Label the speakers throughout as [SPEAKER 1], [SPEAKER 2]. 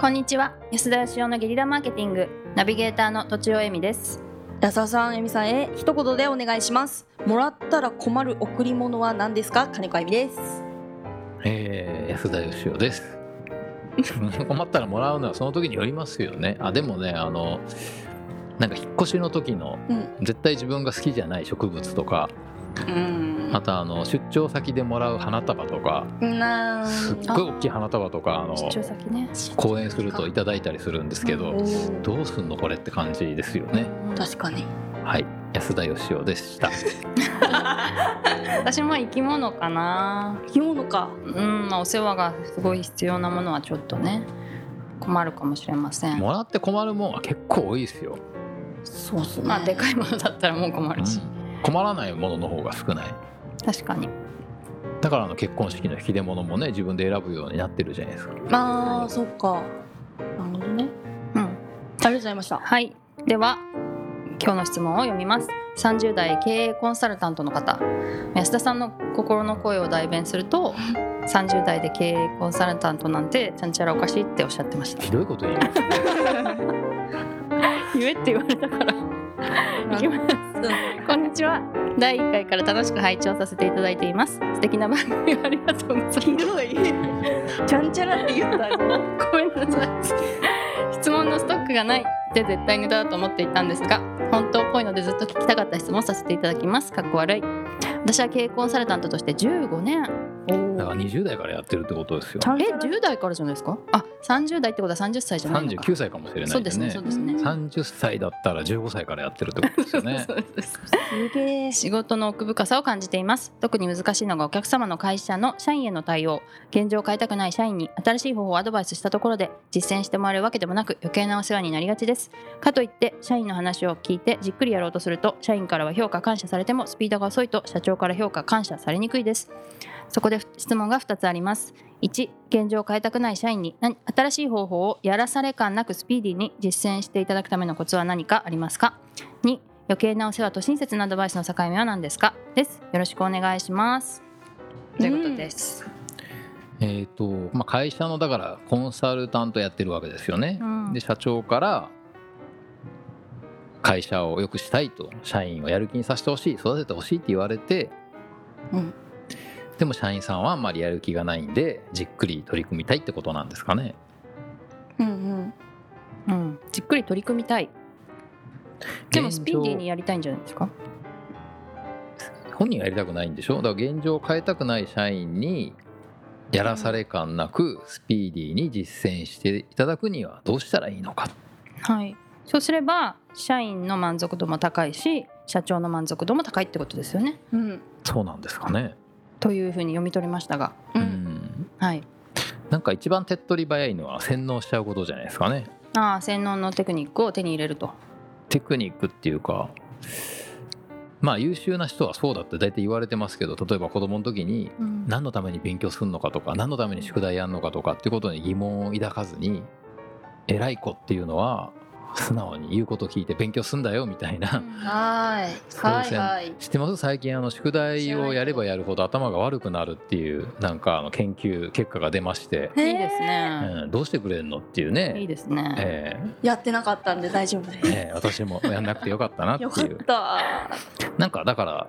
[SPEAKER 1] こんにちは安田義雄のゲリラマーケティングナビゲーターのとちおえみです
[SPEAKER 2] 安田さん、えみさんへ一言でお願いします。もらったら困る贈り物は何ですか金子えみです。
[SPEAKER 3] えー安田義雄です 困ったらもらうのはその時によりますよねあでもねあのなんか引っ越しの時の
[SPEAKER 2] うん。
[SPEAKER 3] 絶対自分が好きじゃない植物とか
[SPEAKER 2] うん
[SPEAKER 3] またあの出張先でもらう花束とか
[SPEAKER 2] な
[SPEAKER 3] すっ
[SPEAKER 2] ん
[SPEAKER 3] ごい大きい花束とかあの
[SPEAKER 1] 出張先ね
[SPEAKER 3] 講演するといただいたりするんですけど
[SPEAKER 2] お
[SPEAKER 3] どうすんのこれって感じですよね
[SPEAKER 2] 確かに。
[SPEAKER 3] はい安田義雄でした
[SPEAKER 1] 私も生き物かな
[SPEAKER 2] 着物か。
[SPEAKER 1] うんまあお世話がすごい必要なものはちょっとね困るかもしれません
[SPEAKER 3] もらって困るもんは結構多いですよ、
[SPEAKER 2] そうっすね。
[SPEAKER 1] まあでかいものだったらもう困るし、
[SPEAKER 3] 困らないものの方が少ない
[SPEAKER 1] 確かに
[SPEAKER 3] だからあの結婚式の引き出物もね自分で選ぶようになってるじゃないですか。
[SPEAKER 2] ああ、そっか。なるほどね。
[SPEAKER 1] うん
[SPEAKER 2] ありがとうございました。
[SPEAKER 1] はい。では今日の質問を読みます。30代経営コンサルタントの方、安田さんの心の声を代弁すると、30代で経営コンサルタントなんてちゃんちゃらおかしいっておっしゃってました。
[SPEAKER 3] ひどいこと言いますね。
[SPEAKER 1] 言えって言わ れたから。いきます。こんにちは。第1回から楽しく拝聴させていただいています。素敵な番組をありがとうございます。
[SPEAKER 2] どい。ちゃんちゃらって言ったの。
[SPEAKER 1] ごめんなさい質問のストックがないで絶対無駄だと思っていたんですが本当っぽいのでずっと聞きたかった質問させていただきますかっこ悪い私は経営コンサルタントとして15年
[SPEAKER 3] だから20代からやってるってことですよ
[SPEAKER 2] ち。ゃん
[SPEAKER 1] え
[SPEAKER 2] ちゃら
[SPEAKER 1] 10代からじゃないですかあ30代ってことは30歳じゃないのか
[SPEAKER 3] 39歳かもしれな
[SPEAKER 1] そう
[SPEAKER 3] い
[SPEAKER 1] で
[SPEAKER 3] ですす
[SPEAKER 1] ね
[SPEAKER 3] ね
[SPEAKER 1] そう。ですね
[SPEAKER 3] 30歳だったら15歳からやってるってことですよ ね
[SPEAKER 1] そ。うです
[SPEAKER 2] すげえ。
[SPEAKER 1] 仕事の奥深さを感じています特に難しいのがお客様の会社の社員への対応現状を変えたくない社員に新しい方法をアドバイスしたところで実践してもらえるわけでもなく余計なお世話になりがちですかといって社員の話を聞いてじっくりやろうとすると社員からは評価感謝されてもスピードが遅いと社長から評価感謝されにくいですそこで質問が2つあります1現状を変えたくない社員に何新しい方法をやらされ感なくスピーディーに実践していただくためのコツは何かありますか2余計なお世話と親切なアドバイスの境目は何ですかですよろしくお願いしますということです、
[SPEAKER 3] えっとまあ会社のだからコンサルタントやってるわけですよね
[SPEAKER 1] う。ん
[SPEAKER 3] で社長から会社を良くしたいと社員をやる気にさせてほしい育ててほしいって言われて、
[SPEAKER 2] うん
[SPEAKER 3] でも社員さんはあんまりやる気がないんでじっくり取り組みたいってことなんですかね。
[SPEAKER 2] うん
[SPEAKER 1] うん、じっくり取り組みたいでも
[SPEAKER 3] 現状
[SPEAKER 1] スピーディーにやりたいんじゃないですか
[SPEAKER 3] 本人がやりたくないんでしょだから現状を変えたくない社員にやらされ感なくスピーディーに実践していただくにはどうしたらいいのか
[SPEAKER 1] はいそうすれば社員の満足度も高いし社長の満足度も高いってことですよね
[SPEAKER 2] うん。うん。
[SPEAKER 3] そうなんですかね
[SPEAKER 1] というふうに読み取りましたが
[SPEAKER 2] う。
[SPEAKER 3] うんん
[SPEAKER 1] はい
[SPEAKER 3] なんか一番手っ取り早いのは洗脳しちゃうことじゃないですかね
[SPEAKER 1] ああ洗脳のテクニックを手に入れると
[SPEAKER 3] テクニックっていうかまあ優秀な人はそうだって大体言われてますけど例えば子供の時に
[SPEAKER 1] うん
[SPEAKER 3] 何のために勉強するのかとか何のために宿題やるのかとかってことに疑問を抱かずに偉い子っていうのは素直に言うこと聞いて勉強すんだよみたいな、
[SPEAKER 2] はーい。
[SPEAKER 3] そう
[SPEAKER 2] は
[SPEAKER 3] です
[SPEAKER 2] い
[SPEAKER 3] ね
[SPEAKER 2] はい。
[SPEAKER 3] 知ってます最近あの宿題をやればやるほど頭が悪くなるっていうなんかあの研究結果が出まして、
[SPEAKER 1] いいです
[SPEAKER 3] う
[SPEAKER 1] ね、
[SPEAKER 3] ん、どうしてくれんのっていうね
[SPEAKER 1] いいですね、
[SPEAKER 3] え
[SPEAKER 2] へー。やってなかったんで大丈夫で
[SPEAKER 3] え
[SPEAKER 2] す。
[SPEAKER 3] ええ私もやんなくてよかったなっ て
[SPEAKER 2] よか
[SPEAKER 3] い
[SPEAKER 2] っ
[SPEAKER 3] う
[SPEAKER 2] た。
[SPEAKER 3] なんかだから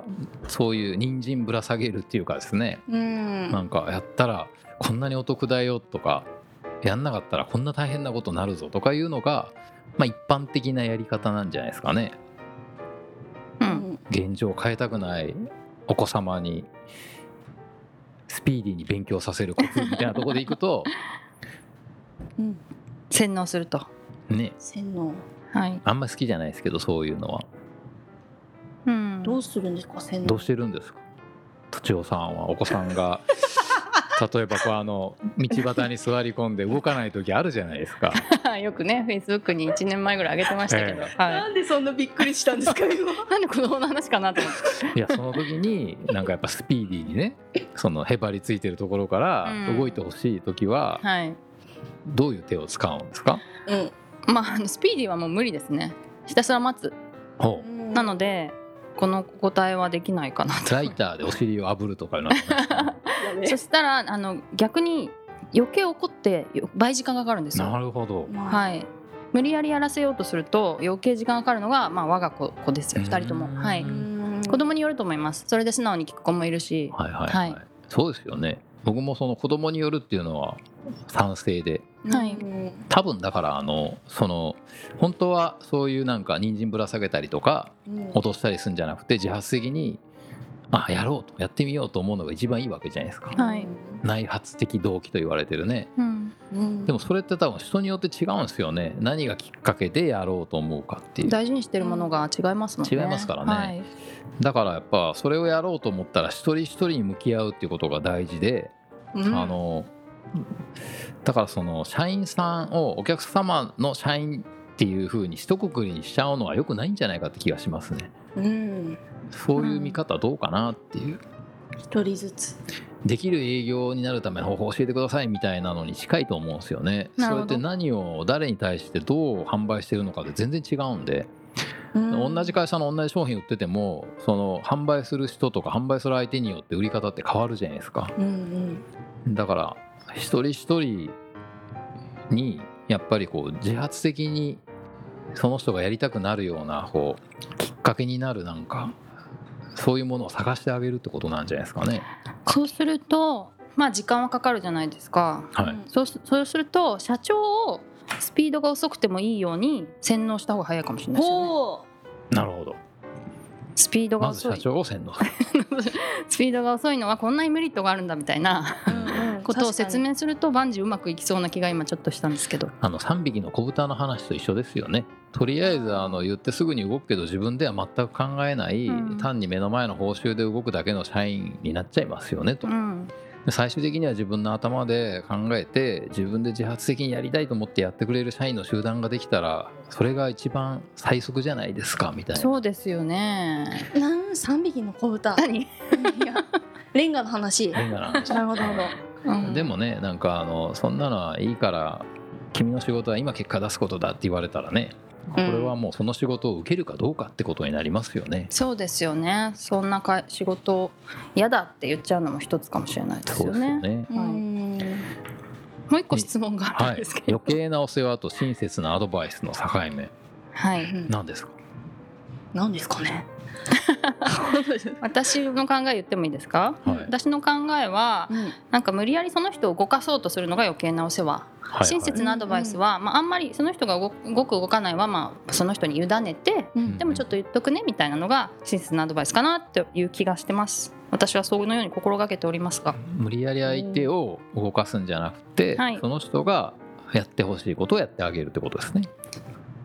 [SPEAKER 3] そういう人参ぶら下げるっていうかですね
[SPEAKER 2] うん。
[SPEAKER 3] なんかやったらこんなにお得だよとかやんなかったらこんな大変なことになるぞとかいうのが、まあ、一般的なやり方なんじゃないですかね
[SPEAKER 1] うん
[SPEAKER 3] 現状を変えたくないお子様にスピーディーに勉強させるコツみたいなところでい くと
[SPEAKER 2] うん。
[SPEAKER 1] 洗脳すると
[SPEAKER 3] ね
[SPEAKER 2] 洗脳。
[SPEAKER 1] はい、
[SPEAKER 3] あんまり好きじゃないですけどそういうのは
[SPEAKER 1] うん、
[SPEAKER 2] どうするんですか洗脳。
[SPEAKER 3] どうしてるんですかとちおさんはお子さん が例えばこうあの道端に座り込んで動かない時あるじゃないですか。
[SPEAKER 1] よくねフェイスブックに1年前ぐらい上げてましたけど、
[SPEAKER 3] え
[SPEAKER 1] はい
[SPEAKER 2] んでそんなびっくりしたんですか今。
[SPEAKER 1] なんで子供の話かなと思って。
[SPEAKER 3] いやその時になんかやっぱスピーディーにねそのへばりついてるところから
[SPEAKER 1] うん
[SPEAKER 3] 動いてほしい時は
[SPEAKER 1] はい。
[SPEAKER 3] どういう手を使うんですか、
[SPEAKER 2] うん。
[SPEAKER 1] まああのスピーディーはもう無理ですね。ひたすら待つ。
[SPEAKER 3] ほう
[SPEAKER 1] なのでこの答えはできないかなと。
[SPEAKER 3] ライターでお尻を炙るとかいうのは
[SPEAKER 2] やべえ
[SPEAKER 1] そしたらあの逆に余計怒ってよ倍時間がかかるんですよ。
[SPEAKER 3] なるほど。
[SPEAKER 2] まあ、
[SPEAKER 1] はい、無理やりやらせようとすると余計時間がかかるのが、まあ、我が子子ですよ
[SPEAKER 3] うん
[SPEAKER 1] 2人とも、はいう
[SPEAKER 2] ん
[SPEAKER 1] 子供によると思いますそれで素直に聞く子もいるし、
[SPEAKER 3] はいはいはい。
[SPEAKER 1] は
[SPEAKER 3] そうですよね。僕もその子供によるっていうのは賛成で
[SPEAKER 1] はい
[SPEAKER 2] うん
[SPEAKER 3] 多分だからあのその本当はそういうなんか人参ぶら下げたりとか
[SPEAKER 2] うん
[SPEAKER 3] 落としたりするんじゃなくて自発的にあやろうとやってみようと思うのが一番いいわけじゃないですか
[SPEAKER 1] はい
[SPEAKER 3] 内発的動機と言われてるね
[SPEAKER 1] うん、
[SPEAKER 2] うん
[SPEAKER 3] でもそれって多分人によって違うんですよね何がきっかけでやろうと思うかっていう
[SPEAKER 1] 大事にしてるものが違いますもんね
[SPEAKER 3] 違いますからね
[SPEAKER 1] はい
[SPEAKER 3] だからやっぱそれをやろうと思ったら一人一人に向き合うっていうことが大事で
[SPEAKER 2] うん
[SPEAKER 3] あのだからその社員さんをお客様の社員っていう風に一括りにしちゃうのは良くないんじゃないかって気がしますね
[SPEAKER 2] うん
[SPEAKER 3] そういう見方どうかなっていう、
[SPEAKER 2] 一人ずつ
[SPEAKER 3] できる営業になるための方法を教えてくださいみたいなのに近いと思うんですよね
[SPEAKER 1] な
[SPEAKER 3] そ
[SPEAKER 1] るほ
[SPEAKER 3] れ
[SPEAKER 1] ど
[SPEAKER 3] って何を誰に対してどう販売してるのかで全然違うんで、同じ会社の同じ商品売っててもその販売する人とか販売する相手によって売り方って変わるじゃないですか
[SPEAKER 2] うんうん
[SPEAKER 3] だから一人一人にやっぱりこう自発的にその人がやりたくなるようなこうきっかけになるなんかそういうものを探してあげるってことなんじゃないですかね。
[SPEAKER 1] そうするとまあ時間はかかるじゃないですか
[SPEAKER 3] はい
[SPEAKER 1] そうすそうすると社長をスピードが遅くてもいいように洗脳した方が早いかもしれないですよね
[SPEAKER 2] ほ
[SPEAKER 3] なるほど
[SPEAKER 1] スピードが
[SPEAKER 3] まず
[SPEAKER 1] 遅
[SPEAKER 3] 社
[SPEAKER 1] い、
[SPEAKER 3] 長を洗脳する
[SPEAKER 1] スピードが遅いのはこんなにメリットがあるんだみたいな
[SPEAKER 2] ううんうん
[SPEAKER 1] ことを
[SPEAKER 2] 確か
[SPEAKER 1] 説
[SPEAKER 2] に
[SPEAKER 1] 明すると万事うまくいきそうな気が今ちょっとしたんですけど
[SPEAKER 3] あの3匹の子豚の話と一緒ですよね。とりあえずあの言ってすぐに動くけど自分では全く考えない、
[SPEAKER 1] うん
[SPEAKER 3] 単に目の前の報酬で動くだけの社員になっちゃいますよねと
[SPEAKER 1] う。ん
[SPEAKER 3] で最終的には自分の頭で考えて自分で自発的にやりたいと思ってやってくれる社員の集団ができたらそれが一番最速じゃないですかみたいな
[SPEAKER 1] そうですよね
[SPEAKER 2] なん三匹の子豚
[SPEAKER 1] 何
[SPEAKER 2] いやレンガの話
[SPEAKER 3] 変な話
[SPEAKER 2] なるほどなる
[SPEAKER 1] うん
[SPEAKER 3] でもねなんかあのそんなのはいいから君の仕事は今結果出すことだって言われたらね
[SPEAKER 2] ほ
[SPEAKER 3] こ
[SPEAKER 2] ど
[SPEAKER 3] れはもうその仕事を受けるかどうかってことになりますよね。
[SPEAKER 1] そうですよねそんなか仕事嫌だって言っちゃうのも一つかもしれないです
[SPEAKER 3] そう
[SPEAKER 1] よ
[SPEAKER 3] ですよ
[SPEAKER 1] ね
[SPEAKER 3] ね。
[SPEAKER 2] うん
[SPEAKER 1] もう一個質問がある
[SPEAKER 3] は
[SPEAKER 1] ん
[SPEAKER 3] い
[SPEAKER 1] ですけ、ど
[SPEAKER 3] 余計なお世話と親切なアドバイスの境目
[SPEAKER 1] はい、
[SPEAKER 3] なんですか
[SPEAKER 2] なんですか ね
[SPEAKER 1] 私の考え言ってもいいですか、
[SPEAKER 3] はい
[SPEAKER 1] 私の考えは
[SPEAKER 2] うん
[SPEAKER 1] なんか無理やりその人を動かそうとするのが余計なお世話、
[SPEAKER 3] はい
[SPEAKER 1] 親切なアドバイスは、まあ、あんまりその人が動く動く動かないは、まあ、その人に委ねて
[SPEAKER 2] うん
[SPEAKER 1] でもちょっと言っとくねみたいなのが親切なアドバイスかなという気がしてます私はそのように心がけておりますが
[SPEAKER 3] 無理やり相手を動かすんじゃなくて、
[SPEAKER 1] うんはい
[SPEAKER 3] その人がやってほしいことをやってあげるってことですね。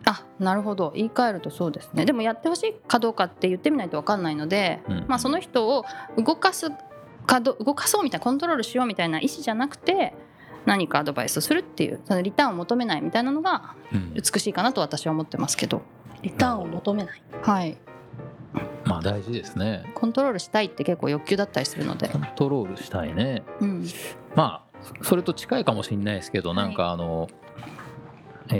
[SPEAKER 1] あなるほど言い換えるとそうですねでもやってほしいかどうかって言ってみないと分かんないので、
[SPEAKER 3] うん
[SPEAKER 1] まあ、その人を動かすかど動かそうみたいなコントロールしようみたいな意思じゃなくて何かアドバイスをするっていうそのリターンを求めないみたいなのが
[SPEAKER 3] うん
[SPEAKER 1] 美しいかなと私は思ってますけど、
[SPEAKER 2] リターンを求めない
[SPEAKER 1] はい、
[SPEAKER 3] まあ大事ですね。
[SPEAKER 1] コントロールしたいって結構欲求だったりするので
[SPEAKER 3] コ、ントロールしたいね。
[SPEAKER 1] うん、
[SPEAKER 3] まあそれと近いかもしれないですけど、なんかあの。えー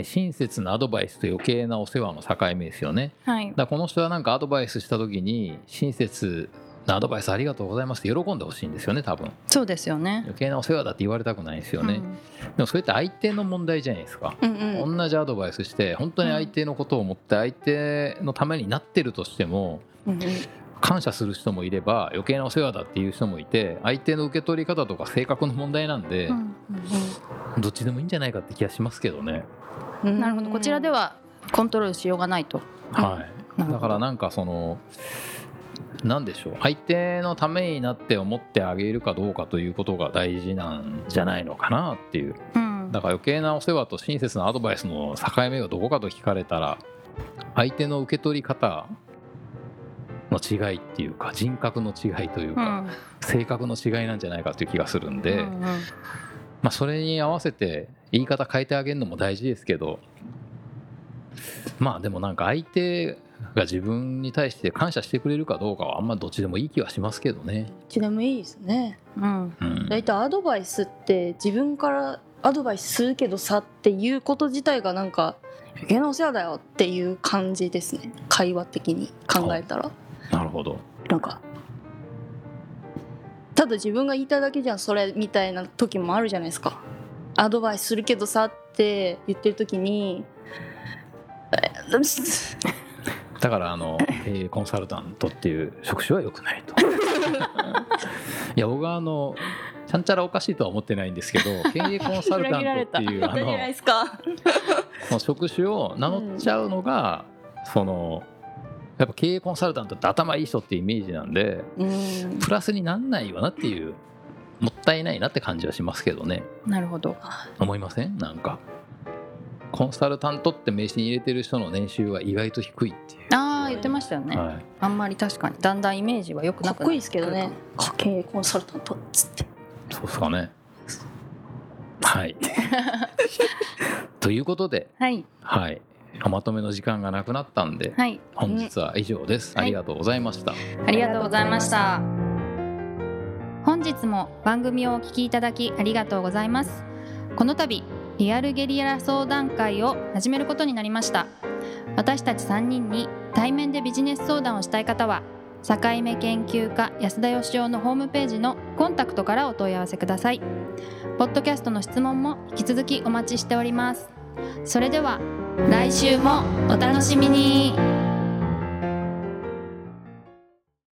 [SPEAKER 3] 親切なアドバイスと余計なお世話の境目ですよね。
[SPEAKER 1] はい
[SPEAKER 3] だからこの人はなんかアドバイスした時に親切なアドバイスありがとうございますって喜んでほしいんですよね多分
[SPEAKER 1] そうですよね
[SPEAKER 3] 余計なお世話だって言われたくないですよ
[SPEAKER 1] う
[SPEAKER 3] ね、
[SPEAKER 1] ん
[SPEAKER 3] でもそれって相手の問題じゃないですか
[SPEAKER 2] うんうん
[SPEAKER 3] 同じアドバイスして本当に相手のことを思って相手のためになってるとしても
[SPEAKER 2] うんうん
[SPEAKER 3] 感謝する人もいれば余計なお世話だっていう人もいて相手の受け取り方とか性格の問題なんで
[SPEAKER 1] うん
[SPEAKER 3] どっちでもいいんじゃないかって気がしますけどね、
[SPEAKER 2] うん
[SPEAKER 1] なるほどこちらではコントロールしようがないと
[SPEAKER 3] はい、
[SPEAKER 1] なるほど
[SPEAKER 3] だからなんかその何でしょう相手のためになって思ってあげるかどうかということが大事なんじゃないのかなっていう
[SPEAKER 1] うん
[SPEAKER 3] だから余計なお世話と親切なアドバイスの境目がどこかと聞かれたら相手の受け取り方の違いっていうか人格の違いという
[SPEAKER 1] う
[SPEAKER 3] か、
[SPEAKER 1] ん
[SPEAKER 3] 性格の違いなんじゃないかという気がするんで、
[SPEAKER 1] うんうん
[SPEAKER 3] まあ、それに合わせて言い方変えてあげるのも大事ですけどまあでもなんか相手が自分に対して感謝してくれるかどうかはあんまどっちでもいい気はしますけどね。
[SPEAKER 2] どっちでもいいですね
[SPEAKER 1] うん
[SPEAKER 3] うん
[SPEAKER 2] 大体アドバイスって自分からアドバイスするけどさっていうこと自体がなんか余計なお世話だよっていう感じですね会話的に考えたら
[SPEAKER 3] なるほど
[SPEAKER 2] なんかただ自分が言いたいだけじゃんそれみたいな時もあるじゃないですかアドバイスするけどさって言ってる時にえー
[SPEAKER 3] だから あの経営コンサルタントっていう職種は良くないと いや僕はあのちゃんちゃらおかしいとは思ってないんですけど 経営コンサルタントっていうあ
[SPEAKER 2] 何
[SPEAKER 3] の
[SPEAKER 2] がですか
[SPEAKER 3] その職種を名乗っちゃうのが、そのやっぱ経営コンサルタントって頭いい人ってイメージなんで
[SPEAKER 2] うん
[SPEAKER 3] プラスになんないわなっていうもったいないなって感じはしますけどね
[SPEAKER 1] なるほど
[SPEAKER 3] 思いませんなんかコンサルタントって名刺に入れてる人の年収は意外と低いっていう
[SPEAKER 1] ああ言ってましたよね、
[SPEAKER 3] はい、
[SPEAKER 1] あんまり確かにだんだんイメージは良く
[SPEAKER 2] か
[SPEAKER 1] な
[SPEAKER 2] っ
[SPEAKER 1] くな
[SPEAKER 2] こいいですけどね家計コンサルタントっつって
[SPEAKER 3] そうですかねはい ということで
[SPEAKER 1] はい
[SPEAKER 3] はいまとめの時間がなくなったんで
[SPEAKER 1] はい
[SPEAKER 3] 本日は以上です、
[SPEAKER 1] はい
[SPEAKER 3] ありがとうございました、
[SPEAKER 1] ありがとうございました。本日も番組をお聞きいただきありがとうございます。この度リアルゲリラ相談会を始めることになりました。私たち3人に対面でビジネス相談をしたい方は境目研究家安田義雄のホームページのコンタクトからお問い合わせください。ポッドキャストの質問も引き続きお待ちしております。それでは来週もお楽しみに。